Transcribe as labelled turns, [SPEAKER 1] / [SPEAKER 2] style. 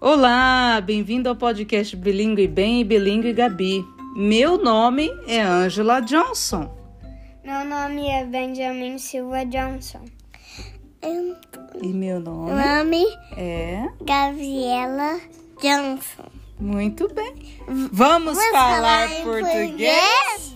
[SPEAKER 1] Olá, bem-vindo ao podcast Bilingue Bem e Bilingue Gabi. Meu nome é Angela Johnson.
[SPEAKER 2] Meu nome é Benjamin Silva Johnson. Meu
[SPEAKER 1] E meu nome
[SPEAKER 2] nome
[SPEAKER 1] é.
[SPEAKER 2] Gabriela Johnson.
[SPEAKER 1] Muito bem. Vamos, falar, português?
[SPEAKER 2] tá